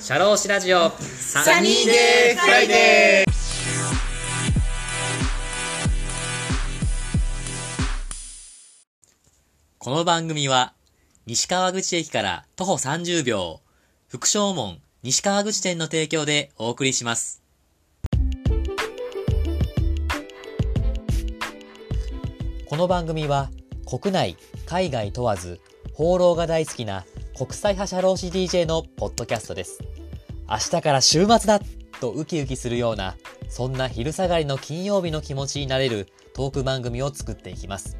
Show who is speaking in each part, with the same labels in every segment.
Speaker 1: シャローシラジオサ
Speaker 2: ニーデーフライデ
Speaker 1: ーこの番組は西川口駅から徒歩30秒福商門西川口店の提供でお送りしますこの番組は国内海外問わず放浪が大好きな国際派社労士 DJ のポッドキャストです明日から週末だとウキウキするようなそんな昼下がりの金曜日の気持ちになれるトーク番組を作っていきます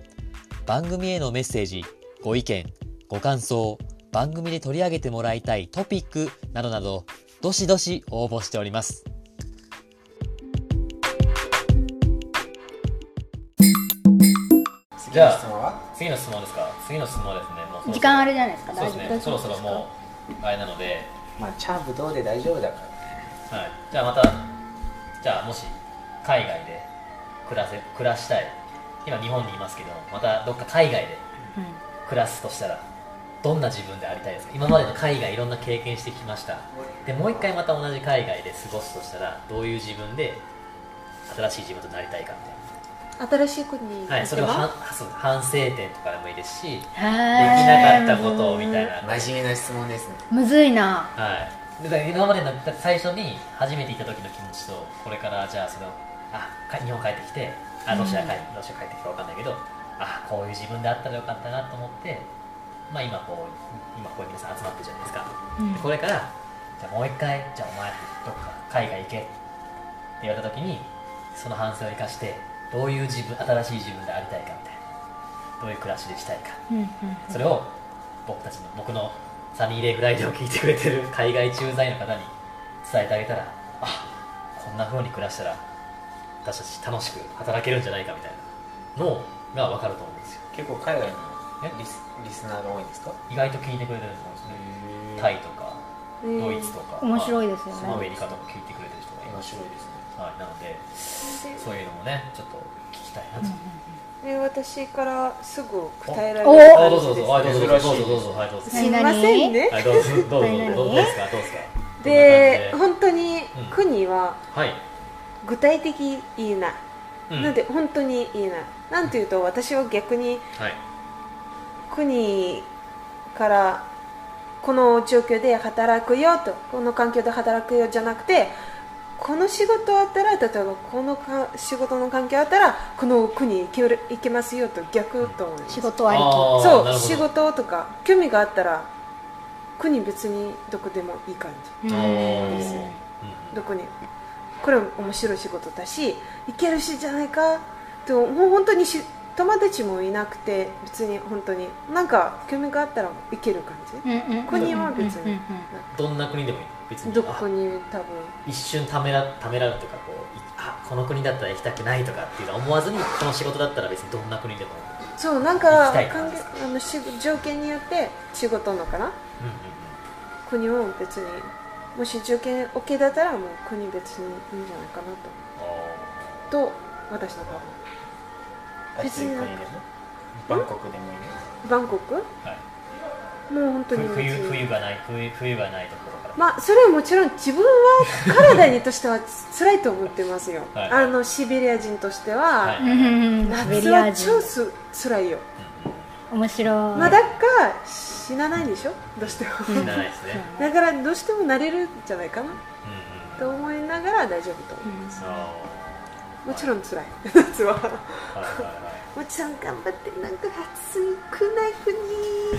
Speaker 1: 番組へのメッセージご意見ご感想番組で取り上げてもらいたいトピックなどなどどしどし応募しております
Speaker 2: じゃあ
Speaker 1: 次の質問ですか次の質問ですねもうそろそろ
Speaker 3: 時間あれじゃないですか。
Speaker 1: そう
Speaker 3: 大
Speaker 1: で
Speaker 3: 丈
Speaker 1: す
Speaker 3: 夫
Speaker 1: ねそろそろもうあれなので
Speaker 2: まあチャーブどうで大丈夫だからね
Speaker 1: はい、じゃあまたじゃあもし海外で暮らせ暮らしたい今日本にいますけどまたどっか海外で
Speaker 3: うん
Speaker 1: 暮らすとしたらどんな自分でありたいですか今までの海外いろんな経験してきましたでもう一回また同じ海外で過ごすとしたらどういう自分で新しい自分となりたいかみたい
Speaker 4: 新しい国に行けば、
Speaker 1: な、はい、それははそう反省点とかでもいいですしでき
Speaker 3: は
Speaker 1: なかった
Speaker 3: い
Speaker 1: ことをみたいな
Speaker 2: 真面目な質問ですね
Speaker 3: むずいな。
Speaker 1: はい、でだから今までのだって最初に初めて行った時の気持ちとこれからじゃあそのあか日本帰ってきてあロシア帰,、ロシア帰ってきたか分かんないけどあこういう自分であったらよかったなと思って、まあ、今こう今ここに皆さん集まってるじゃないですか
Speaker 3: うん
Speaker 1: でこれからじゃあもう一回じゃあお前どっか海外行けって言われた時にその反省を生かしてどういう自分新しい自分でありたいかみたいなどういう暮らしでしたいか
Speaker 3: うんうん
Speaker 1: それを僕たちの僕のサニーレイフライデーを聞いてくれてる海外駐在の方に伝えてあげたらあこんな風に暮らしたら私たち楽しく働けるんじゃないかみたいなのが分かると思うんですよ
Speaker 2: 結構海外の
Speaker 1: え
Speaker 2: リスリスナーが多いんですか
Speaker 1: 意外と聞いてくれてると思うんですねタイとかドイツとか
Speaker 3: 面白いですよね
Speaker 1: まあアメリカとか聞いてくれてる人がいま
Speaker 2: 面
Speaker 1: す、
Speaker 2: 白いですね
Speaker 1: はい、なので
Speaker 4: で
Speaker 1: そういうのもねちょっと聞きたいなと、
Speaker 4: で私からすぐ答えられる
Speaker 3: お
Speaker 1: あ
Speaker 4: 感
Speaker 1: どう
Speaker 4: じ
Speaker 1: ぞ
Speaker 4: で
Speaker 1: ど
Speaker 4: す
Speaker 1: うぞあどうぞどうぞどうぞどうぞはいどうぞ
Speaker 4: すいませんね
Speaker 1: はいどうぞどうぞ
Speaker 3: 何々
Speaker 1: どうぞどうですかどうですか
Speaker 4: で
Speaker 1: どんな感
Speaker 4: 本当に国は
Speaker 1: じではい
Speaker 4: 具体的いいな、
Speaker 1: うん
Speaker 4: なんで本当にいいななんていうと私は逆に
Speaker 1: はい
Speaker 4: 国からこの状況で働くよとこの環境で働くよじゃなくてこの仕事あったら例えばこのか仕事の環境あったらこの国行ける行けますよと逆と思います
Speaker 3: 仕事ありき。
Speaker 1: あー
Speaker 4: そ
Speaker 1: な
Speaker 4: う
Speaker 1: るほど
Speaker 4: 仕事とか興味があったら国別にどこでもいい感
Speaker 3: う
Speaker 1: お
Speaker 3: ん
Speaker 1: ーうん
Speaker 4: じどこにこれ面白い仕事だし行けるしじゃないかともう本当にし友達もいなくて別に本当になんか興味があったら行ける感じ
Speaker 3: うんうんうん
Speaker 4: 国は別に
Speaker 3: うんうん
Speaker 1: どんな国でもいい別に
Speaker 4: どこ
Speaker 1: あ
Speaker 4: に多分
Speaker 1: 一瞬ためらためらうとかこういあこの国だったら行きたくないとかっていうのは思わずにこの仕事だったら別にどんな国でもいい、
Speaker 4: そうなんか
Speaker 1: 行きたい
Speaker 4: 関係あのし条件によって仕事のかな
Speaker 1: うんうん
Speaker 4: 国も別にもし条件 OK だったらもう国別にいいんじゃないかな
Speaker 1: う
Speaker 4: とと私の場合別に
Speaker 2: 暑い国でもバンコクでもいいね
Speaker 4: バンコク
Speaker 1: ん
Speaker 4: も
Speaker 1: はい、
Speaker 4: う本当に
Speaker 1: ふ冬
Speaker 4: 別に
Speaker 1: 冬がない冬冬がないところから、
Speaker 4: まあそれはもちろん自分は体にとしては辛いと思ってますよ、
Speaker 1: はい
Speaker 4: あのシベリア人として
Speaker 1: は
Speaker 4: は、
Speaker 1: い
Speaker 3: うんうんうんシベ
Speaker 4: 夏
Speaker 3: リア
Speaker 4: は超
Speaker 3: 人。
Speaker 4: す辛いよ、
Speaker 3: 面白い。
Speaker 4: まあだから死なないでしょどうしても
Speaker 3: うん
Speaker 1: 知らないですね
Speaker 3: そう
Speaker 4: だからどうしてもなれるんじゃないかな
Speaker 1: うん
Speaker 4: と
Speaker 1: うん
Speaker 4: 思いながら大丈夫と思う、
Speaker 3: うん
Speaker 1: そう
Speaker 4: もちろん辛い夏は
Speaker 1: はいはいはい
Speaker 4: もちろん頑張ってなんか暑くない国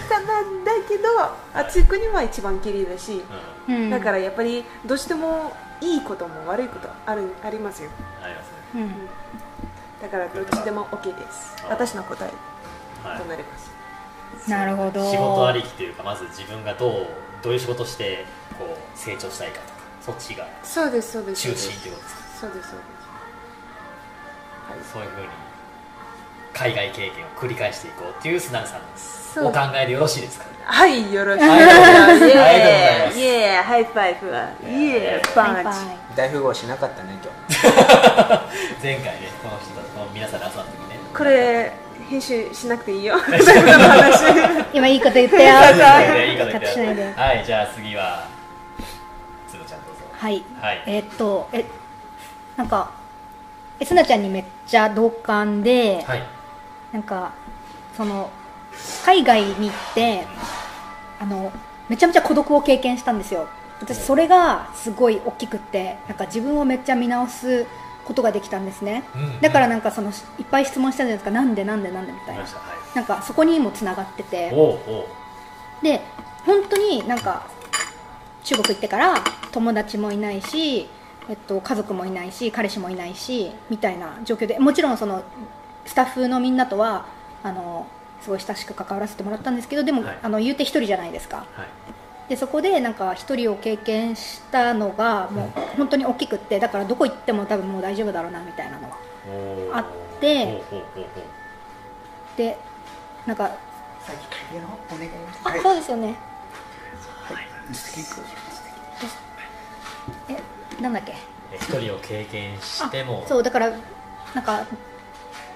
Speaker 4: かなんだけど暑い国は一番きりだし、
Speaker 1: うん
Speaker 3: うん
Speaker 4: だからやっぱりどうしてもいいことも悪いことあるありますよ
Speaker 1: ありますね
Speaker 3: うん
Speaker 4: だからどっちでも OK です
Speaker 1: あ
Speaker 4: 私の答え
Speaker 1: はい
Speaker 4: となります、
Speaker 3: なるほど。
Speaker 1: 仕事ありきというかまず自分がどうどういう仕事をしてこう成長したいかとかそっちが
Speaker 4: そうですそうです
Speaker 1: 中心ということですか
Speaker 4: そうですそうです
Speaker 1: そういうふうに海外経験を繰り返していこうっていうスナルさんです
Speaker 4: そう
Speaker 1: お考えでよろしいですか
Speaker 4: はい、はい、よろしく
Speaker 1: ありがとうございます
Speaker 4: イエ
Speaker 1: ありがとうございます
Speaker 4: ーイエーハイファイブイエーパンチ
Speaker 3: バイ
Speaker 2: 大富豪しなかったね今日
Speaker 1: 前回ねこの人たちこの皆さんで集まった時ね
Speaker 4: これ編集しなくてい いよだいぶの話
Speaker 3: バイ今いいこと言ったよ。
Speaker 1: そうですねいいこと言っ
Speaker 3: カットしないで
Speaker 1: てはいじゃあ次は
Speaker 3: はい
Speaker 1: はい
Speaker 3: えっとえなんかえすなちゃんにめっちゃ同感で、
Speaker 1: はい
Speaker 3: なんかその海外に行ってあのめちゃめちゃ孤独を経験したんですよ私それがすごい大きくってなんか自分をめっちゃ見直すことができたんですね
Speaker 1: うん
Speaker 3: だから
Speaker 1: な
Speaker 3: なんかそのいっぱい質問したじゃないですかなんでなんでなんでみたい
Speaker 1: り
Speaker 3: な
Speaker 1: ましたはい
Speaker 3: なんかそこにもつながってて
Speaker 1: おうおう
Speaker 3: で本当になんか中国行ってから友達もいないし、えっと、家族もいないし彼氏もいないしみたいな状況でもちろんそのスタッフのみんなとはあのすごい親しく関わらせてもらったんですけどでも、
Speaker 1: はい
Speaker 3: あの言うて一人じゃないですか
Speaker 1: はい
Speaker 3: でそこでなんか一人を経験したのがもう本当に大きくってだからどこ行っても多分もう大丈夫だろうなみたいなのは
Speaker 1: おう
Speaker 3: あって
Speaker 1: おうおうおうおう
Speaker 3: でなんか
Speaker 2: さっき鍵をお願いし
Speaker 3: あ、
Speaker 2: はい
Speaker 3: そうですよねえなんだっけ
Speaker 1: え一人を経験しても
Speaker 3: あそうだからなんか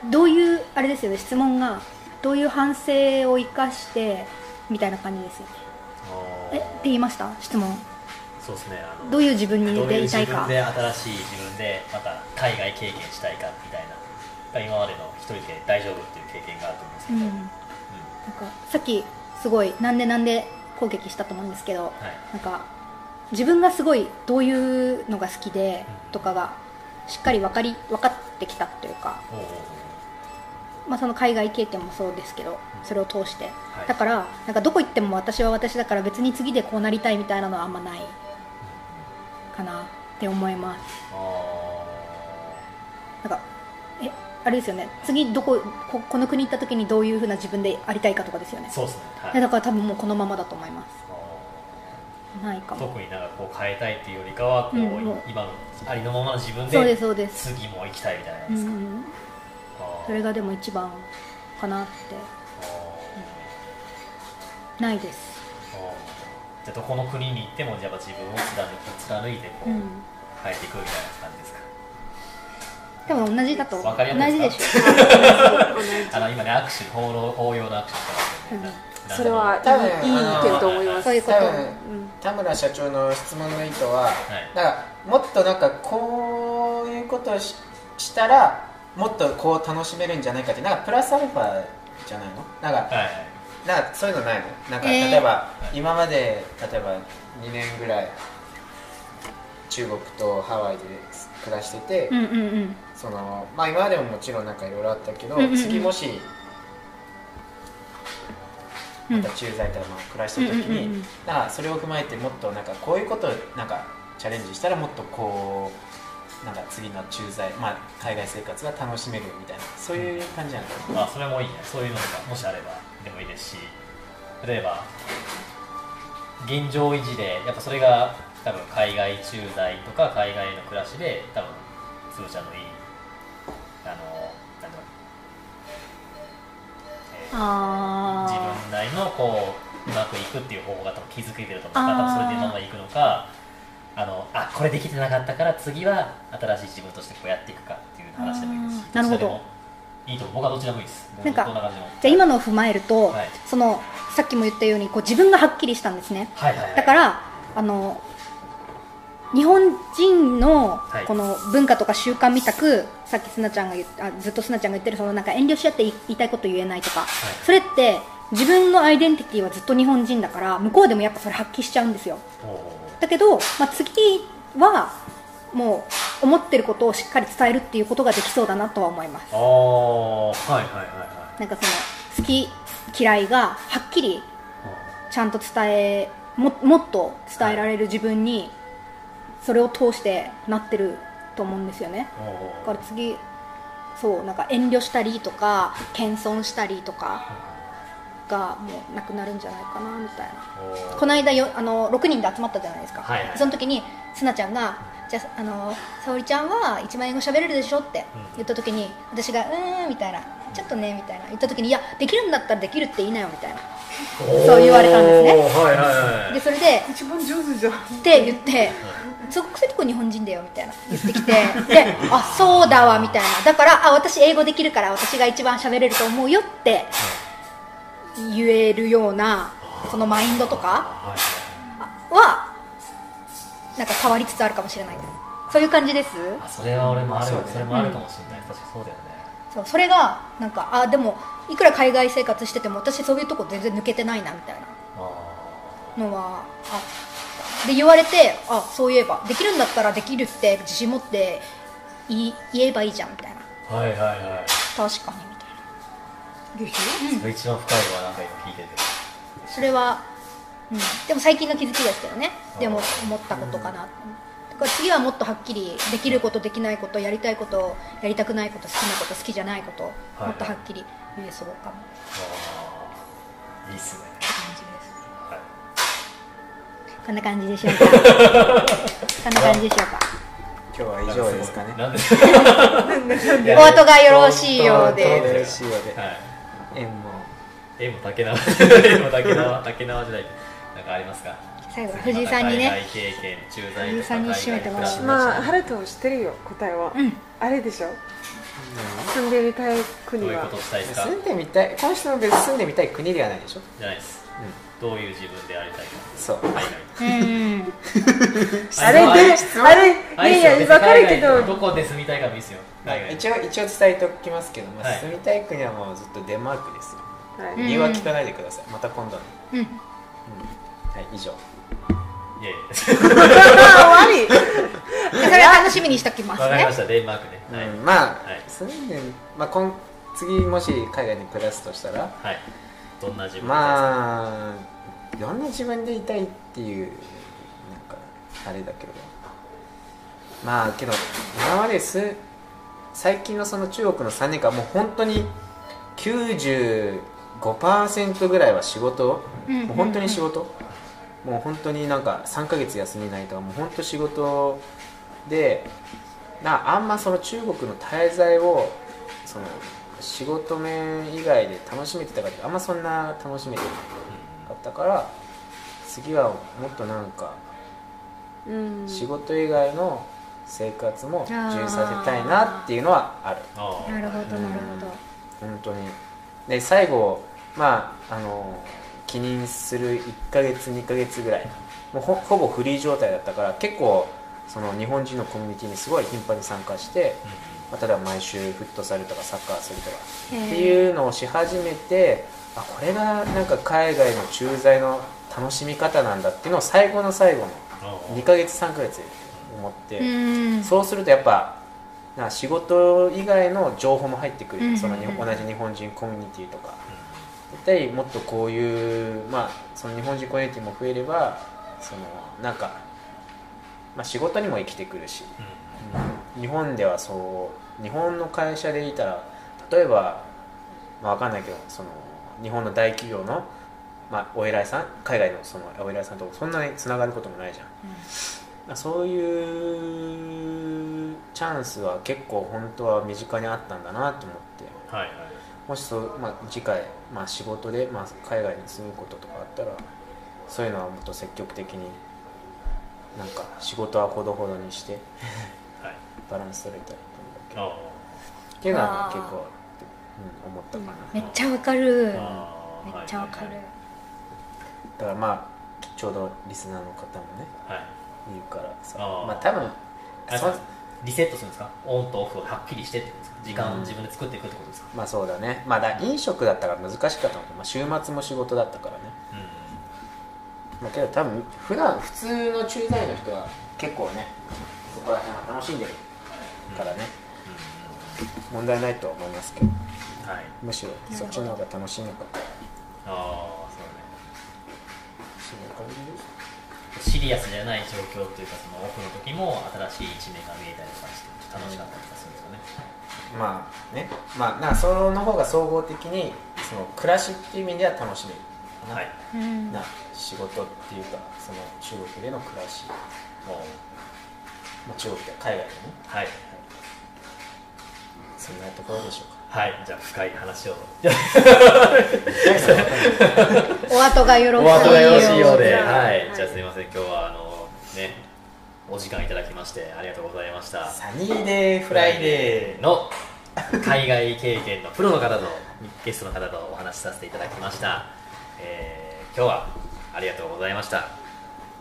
Speaker 3: どういうあれですよね質問がどういう反省を生かしてみたいな感じですよね
Speaker 1: あー
Speaker 3: えって言いました質問
Speaker 1: そうですねあの
Speaker 3: どういう自分
Speaker 1: ど
Speaker 3: に
Speaker 1: ういう
Speaker 3: でい
Speaker 1: 自
Speaker 3: たい
Speaker 1: 分
Speaker 3: か
Speaker 1: で新しい自分でまた海外経験したいかみたいな今までの一人で大丈夫っていう経験があると思うんです
Speaker 3: う
Speaker 1: け
Speaker 3: ん
Speaker 1: ど、
Speaker 3: なん
Speaker 1: うん
Speaker 3: かさっきすごいなんでなんで攻撃したと思うんですけど
Speaker 1: はい
Speaker 3: なんか自分がすごいどういうのが好きでとかがしっかり分かり分かってきたというか、
Speaker 1: おうおうおう
Speaker 3: まあ、その海外経験もそうですけどそれを通して
Speaker 1: はい
Speaker 3: だからなんかどこ行っても私は私だから別に次でこうなりたいみたいなのはあんまないかなって思います
Speaker 1: あ
Speaker 3: なんかえあれですよね次どこここの国行った時にどういうふうな自分でありたいかとかですよね
Speaker 1: ーそうですねは
Speaker 3: え
Speaker 1: い
Speaker 3: だから多分もうこのままだと思います
Speaker 1: あ
Speaker 3: ないか
Speaker 1: ー
Speaker 3: も
Speaker 1: 特になんかこう変えたいっていうよりかはこう、
Speaker 3: うんもう
Speaker 1: 今のありのままの自分
Speaker 3: そうで
Speaker 1: で
Speaker 3: すそうです
Speaker 1: 次も行きたいみたいな
Speaker 3: うん
Speaker 1: ですか、
Speaker 3: ん
Speaker 1: あー
Speaker 3: それがでも一番かなって
Speaker 1: あー
Speaker 3: ないです
Speaker 1: あーじゃあどこの国に行ってもじゃあ自分を貫き貫いてこう、
Speaker 3: うん
Speaker 1: 変えていくみたいな感じですか
Speaker 3: 多分同じだと
Speaker 1: わかり
Speaker 3: 同
Speaker 1: やすい
Speaker 3: じで
Speaker 1: で
Speaker 3: し
Speaker 1: す
Speaker 3: ょ
Speaker 1: あの今ね握手包容包容の握手してますよね
Speaker 4: う、んそれは
Speaker 2: 多分
Speaker 4: いいいい
Speaker 2: あの
Speaker 4: 点と思います
Speaker 3: そういうこ
Speaker 2: 多
Speaker 3: と
Speaker 2: 分
Speaker 4: うん
Speaker 2: 田村社長の質問の意図は、
Speaker 1: い
Speaker 2: だからもっとなんかこういうことをししたらもっとこう楽しめるんじゃないかってなんかプラスアルファじゃないのなんか
Speaker 1: はい
Speaker 2: なんかそういうのないのなんか
Speaker 3: えー
Speaker 2: 例えば、今まで例えば2年ぐらい中国とハワイで暮らしてて、
Speaker 3: うんうんうん
Speaker 2: そのまあ、今までももちろんなんかいろいろあったけど、
Speaker 3: うんうんうん
Speaker 2: 次もし
Speaker 3: う
Speaker 2: ま
Speaker 3: ん
Speaker 2: た駐在とまあ暮らした時に、
Speaker 3: うんうんうんうん
Speaker 2: なんかそれを踏まえてもっとなんかこういうことをなんかチャレンジしたらもっとこうなんか次の駐在、まあ、海外生活が楽しめるみたいなそういう感じなのか
Speaker 1: まあそれもいいねそういうのがもしあればでもいいですし例えば現状維持でやっぱそれが多分海外駐在とか海外の暮らしで多分つぶちゃんのいいあのなんだろうえー
Speaker 3: あ
Speaker 1: 自
Speaker 3: あ
Speaker 1: 分なりのこううまくいくっていう方法が多分気づけてると思うか
Speaker 3: あー
Speaker 1: ら多分それで今までいくのかあのあこれできてなかったから次は新しい自分としてこうやっていくかっていう話でもいいですし
Speaker 3: あーなるほど
Speaker 1: ちでもいいと思う僕はどちらでもいいです
Speaker 3: なんか
Speaker 1: どんな感じでも
Speaker 3: じゃあ今のを踏まえると、
Speaker 1: はい
Speaker 3: そのさっきも言ったようにこう自分がはっきりしたんですね
Speaker 1: はいはいはい
Speaker 3: だからあの日本人の
Speaker 1: はい
Speaker 3: この文化とか習慣みたく、さっきすなちゃんが言っあずっとすなちゃんが言ってるそのなんか遠慮し合って言いたいこと言えないとか、それって自分のアイデンティティはずっと日本人だから向こうでもやっぱそれ発揮しちゃうんですよ
Speaker 1: おうおうおう
Speaker 3: だけど、まあ、次はもう思ってることをしっかり伝えるっていうことができそうだなとは思います
Speaker 1: あーはいはいはいはい
Speaker 3: なんかその好き嫌いがはっきりちゃんと伝えももっと伝えられる自分にそれを通してなってると思うんですよね
Speaker 1: おうおう
Speaker 3: だ
Speaker 1: お
Speaker 3: か
Speaker 1: う
Speaker 3: ら次そうなんか遠慮したりとか謙遜したりとかがもうなくなるんじゃないかなみたいな
Speaker 1: おう
Speaker 3: この間よあの6人で集まったじゃないですか、
Speaker 1: はいはい
Speaker 3: その時にすなちゃんが「じゃああの沙織ちゃんは一万英語喋れるでしょ」って言った時に私が「うーん」みたいな「ちょっとね」みたいな言った時に「いやできるんだったらできるって言いなよ」みたいなそう言われたんですね
Speaker 1: おうはいはいは
Speaker 3: で
Speaker 1: い
Speaker 3: それで
Speaker 4: 一番上手じゃん
Speaker 3: って言ってそこそういうとこ日本人だよみたいな言ってきてであそうだわみたいなだからあ私英語できるから私が一番喋れると思うよって言えるようなそのマインドとか
Speaker 1: はいはい
Speaker 3: はなんか変わりつつあるかもしれないそういう感じです
Speaker 1: あそれは俺もあるよ
Speaker 2: そうね
Speaker 1: それもあるかもしれない、確かにそうだよね
Speaker 3: そうそれがなんかあでもいくら海外生活してても私そういうとこ全然抜けてないなみたいな
Speaker 1: あ
Speaker 3: のはあで言われてあそういえばできるんだったらできるって自信持って言い言えばいいじゃんみたいな
Speaker 1: ーはいはいはい
Speaker 3: 確かにみたいな
Speaker 1: それ一番深いのはなんか今聞いてて
Speaker 3: それは、うん、でも最近の気づきですけどね
Speaker 1: あー
Speaker 3: でも思ったことかな、だから次はもっとはっきりできることできないことやりたいことやりたくないこと好きなこと好きじゃないこと、
Speaker 1: いはい
Speaker 3: もっとはっきり言えそうか
Speaker 1: あ
Speaker 3: も
Speaker 1: ーいいっすね
Speaker 3: って感じです
Speaker 1: はい
Speaker 3: こんな感じでしょうか こんな感じでしょうか
Speaker 2: 今日は以上ですかね
Speaker 1: なんで
Speaker 3: お後がよろしいよう
Speaker 2: ど
Speaker 3: で
Speaker 2: うぞよろしいようで
Speaker 1: はい
Speaker 2: 縁も
Speaker 1: えも竹縄えも竹縄竹縄時代なんかありますか
Speaker 3: 最後は藤井さんに
Speaker 1: 海
Speaker 3: ね
Speaker 1: 外経験駐在
Speaker 3: 藤井
Speaker 1: とか
Speaker 3: さんに締めてもらいます
Speaker 4: まあハルトを知ってるよ答えは、
Speaker 3: うん
Speaker 4: あれでしょ住んでみたい
Speaker 1: どう
Speaker 4: 国
Speaker 1: いう
Speaker 4: は
Speaker 1: ことしたいですか
Speaker 2: 住んでみたいこの人の別に住んでみたい国ではないでしょ、
Speaker 1: じゃないです
Speaker 2: う
Speaker 1: どういう自分でありたいか
Speaker 2: ん、そう
Speaker 1: 海外
Speaker 3: うん
Speaker 4: あれであれ
Speaker 1: あ
Speaker 4: い
Speaker 1: れ
Speaker 4: やいやわかるけど
Speaker 1: どこで住みたいかもいいですよ海外
Speaker 2: 一応一応伝えておきますけど、まあ
Speaker 1: はい
Speaker 2: 住みたい国はもうずっとデンマークですよ
Speaker 4: はい
Speaker 3: うん
Speaker 2: 理由は聞かないでくださいまた今度ね、
Speaker 3: うん
Speaker 2: うん、はい以上
Speaker 1: いやいや
Speaker 4: 終わり
Speaker 3: それは楽しみにしときま す
Speaker 1: わかり
Speaker 3: ね
Speaker 1: ましたデンマークねはい
Speaker 2: うんまあ、
Speaker 1: はい
Speaker 2: 住んで、まあ、今次もし海外に暮らすとしたら
Speaker 1: はいどんな自分あ
Speaker 2: まあどんな自分でいたいっていうなんかあれだけどまあけど今まです最近のその中国の3年間もう本当に95%ぐらいは仕事、
Speaker 3: うんうんうん
Speaker 2: もう本当に仕事、もう本当になんか3ヶ月休みないとかもう本当仕事でなあんまその中国の滞在をその仕事面以外で楽しめてたかってあんまそんな楽しめてなかったから次はもっとなんか
Speaker 4: うん
Speaker 2: 仕事以外の生活も充実させたいなっていうのはある
Speaker 1: あ
Speaker 3: なるほどなるほど
Speaker 2: 本当にで最後まああの起任する1ヶ月2ヶ月ぐらいもうほほぼフリー状態だったから結構その日本人のコミュニティにすごい頻繁に参加して、まあ、例えば毎週フットサルとかサッカーするとか
Speaker 3: へー
Speaker 2: っていうのをし始めてあこれがなんか海外の駐在の楽しみ方なんだっていうのを最後の最後の2ヶ月3ヶ月で思って、
Speaker 3: うん
Speaker 2: そうするとやっぱな仕事以外の情報も入ってくるよ、
Speaker 3: うん
Speaker 2: その日
Speaker 3: うん
Speaker 2: 同じ日本人コミュニティとか絶対もっとこういう、まあ、その日本人コミュニティも増えればそのなんか、まあ、仕事にも生きてくるし、日本ではそう日本の会社でいたら例えば、まあ、分かんないけどその日本の大企業の、まあ、お偉いさん海外のそのお偉いさんとそんなにつながることもないじゃん、まあそういうチャンスは結構本当は身近にあったんだなと思って
Speaker 1: はいはい
Speaker 2: もしそう、まあ、次回、まあ、仕事で、まあ、海外に住むこととかあったらそういうのはもっと積極的になんか仕事はほどほどにして
Speaker 1: はい
Speaker 2: バランス取れたらいいと思う
Speaker 1: あ
Speaker 2: けど。っていうのは
Speaker 3: あー
Speaker 2: 結構、うん、思ったかな、
Speaker 3: めっちゃわかる
Speaker 1: あ
Speaker 3: めっちゃわかる
Speaker 2: だからまあちょうどリスナーの方もね
Speaker 1: はい
Speaker 2: いるからさ
Speaker 1: あー
Speaker 2: まあ多分
Speaker 1: あ
Speaker 2: そ
Speaker 1: リセットするんですかオンとオフをはっきりしてってことですか時間を自分で作っていくってことですか、
Speaker 2: まあそうだねまあだ飲食だったから難しかったのまあ、週末も仕事だったからね
Speaker 1: うん
Speaker 2: まあけど多分普段普通の駐在の人は結構ねそこら辺は楽しんでるからね、問題ないとは思いますけど
Speaker 1: はい
Speaker 2: むしろそっちの方が楽しいのかも
Speaker 1: ああそう
Speaker 2: しれない
Speaker 1: ねシリアスじゃない状況というかそのオフの時も新しい一面が見えたりとかして楽しかったりとかするんですよね、
Speaker 2: まあねまあなんかその方が総合的にその暮らしっていう意味では楽しめるかな
Speaker 1: はい
Speaker 3: うん
Speaker 2: な仕事っていうかその中国での暮らし、
Speaker 1: おー
Speaker 2: まあ、中国で海外でね
Speaker 1: はい
Speaker 2: そんなところでしょう
Speaker 1: はいじゃあ深い話を
Speaker 2: か
Speaker 3: お後がよろしい
Speaker 1: お後がよろしいようで、
Speaker 4: よ
Speaker 1: はい
Speaker 4: はい
Speaker 1: じゃあすいません今日はあのねお時間いただきましてありがとうございました
Speaker 2: サニーデーフライデー
Speaker 1: の海外経験のプロの方とゲストの方とお話しさせていただきました、えー今日はありがとうございました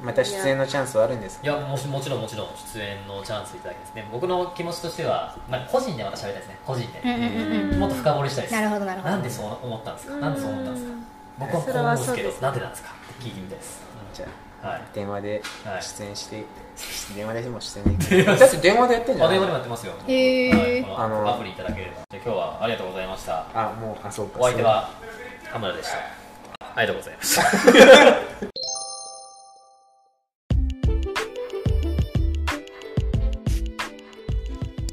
Speaker 2: また出演のチャンスはあるんです
Speaker 1: いやもしもちろんもちろん出演のチャンスいただきですね僕の気持ちとしては、まあ、個人でまた喋りたいですね個人
Speaker 3: うん
Speaker 1: で、
Speaker 3: うんうんうん
Speaker 1: もっと深掘りしたいです
Speaker 3: なるほどなるほど
Speaker 1: なんでそう思ったんですかなんでそう思ったんですか僕はこ
Speaker 4: そうれ
Speaker 1: 思う
Speaker 4: は
Speaker 1: んです
Speaker 4: そう
Speaker 1: け
Speaker 4: で
Speaker 1: ど
Speaker 4: す
Speaker 1: なんでなんですかって聞いてみたいです、
Speaker 2: じゃ
Speaker 1: はい
Speaker 2: あ電話で
Speaker 1: はい
Speaker 2: 出演して、電話でも出演で
Speaker 1: 電話
Speaker 2: だって電話でやってんじゃ
Speaker 1: あ
Speaker 2: な
Speaker 1: 電
Speaker 2: い
Speaker 1: 話にもやってますよ
Speaker 3: へー
Speaker 1: はい、あ
Speaker 2: あ
Speaker 1: の
Speaker 2: の
Speaker 1: アプリいただければじゃあ今日はありがとうございました
Speaker 2: あもうあそうか
Speaker 1: お相手は田村でしたありがとうございました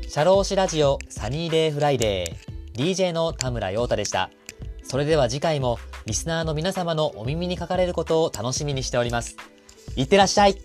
Speaker 1: 社労士ラジオサニーデイフライデー DJ の田村陽太でしたそれでは次回もリスナーの皆様のお耳にかかれることを楽しみにしておりますいってらっしゃい